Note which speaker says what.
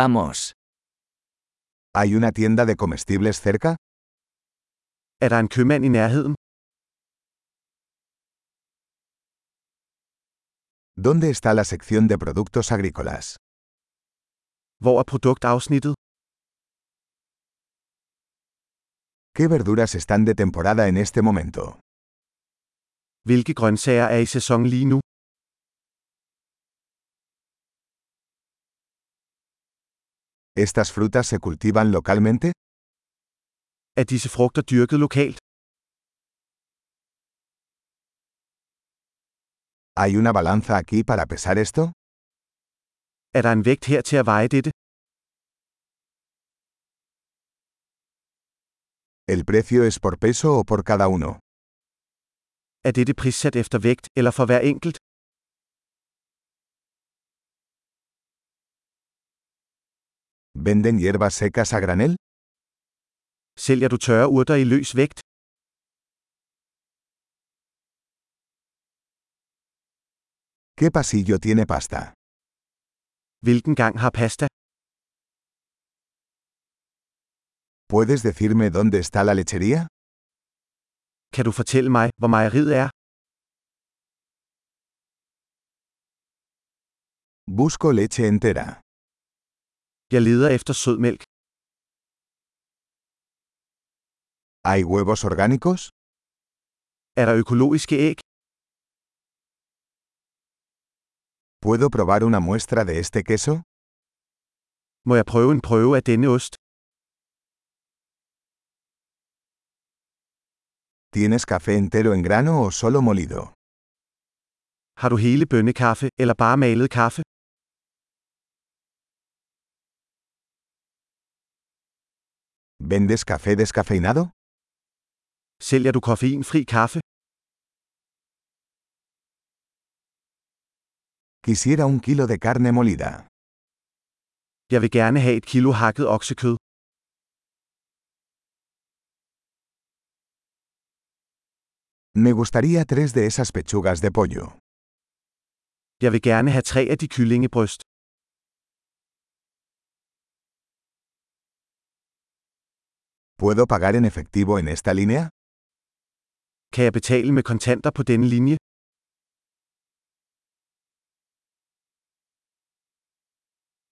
Speaker 1: Vamos.
Speaker 2: ¿Hay una tienda de comestibles cerca?
Speaker 3: Er der en købmand i nærheden?
Speaker 2: ¿Dónde está la sección de productos agrícolas?
Speaker 3: Hvor er produktafsnittet?
Speaker 2: ¿Qué verduras están de temporada en este momento?
Speaker 3: Hvilke grøntsager er i sæson lige nu?
Speaker 2: ¿Estas frutas se cultivan localmente?
Speaker 3: Er disse frugter dyrket lokalt?
Speaker 2: ¿Hay una balanza aquí para pesar esto?
Speaker 3: Er der en vægt her til at veje dette?
Speaker 2: ¿El precio es por peso o por cada uno?
Speaker 3: Er dette prissat efter vægt eller for hver enkelt?
Speaker 2: ¿Venden hierbas secas a granel?
Speaker 3: Sælger du tørre urter i løs vægt?
Speaker 2: ¿Qué pasillo tiene pasta?
Speaker 3: Hvilken gang har pasta?
Speaker 2: ¿Puedes decirme dónde está la lechería?
Speaker 3: Kan du fortælle mig, hvor mejeriet er?
Speaker 2: Busco leche entera.
Speaker 3: Jeg leder efter sødmælk.
Speaker 2: ¿Hay huevos orgánicos?
Speaker 3: Er der økologiske æg?
Speaker 2: ¿Puedo probar una muestra de este queso?
Speaker 3: Må jeg prøve en prøve af denne ost?
Speaker 2: ¿Tienes café entero en grano o solo molido?
Speaker 3: Har du hele bønnekaffe eller bare malet kaffe?
Speaker 2: ¿Vendes café descafeinado?
Speaker 3: Sælger du koffeinfri kaffe?
Speaker 2: Quisiera un kilo de carne molida.
Speaker 3: Jeg vil gerne have et kilo hakket oksekød.
Speaker 2: Me gustaría tres de esas pechugas de pollo.
Speaker 3: Jeg vil gerne have tre af de kyllingebryst.
Speaker 2: ¿Puedo pagar en efectivo en esta línea?
Speaker 3: Kan jeg betale med kontanter på denne linje?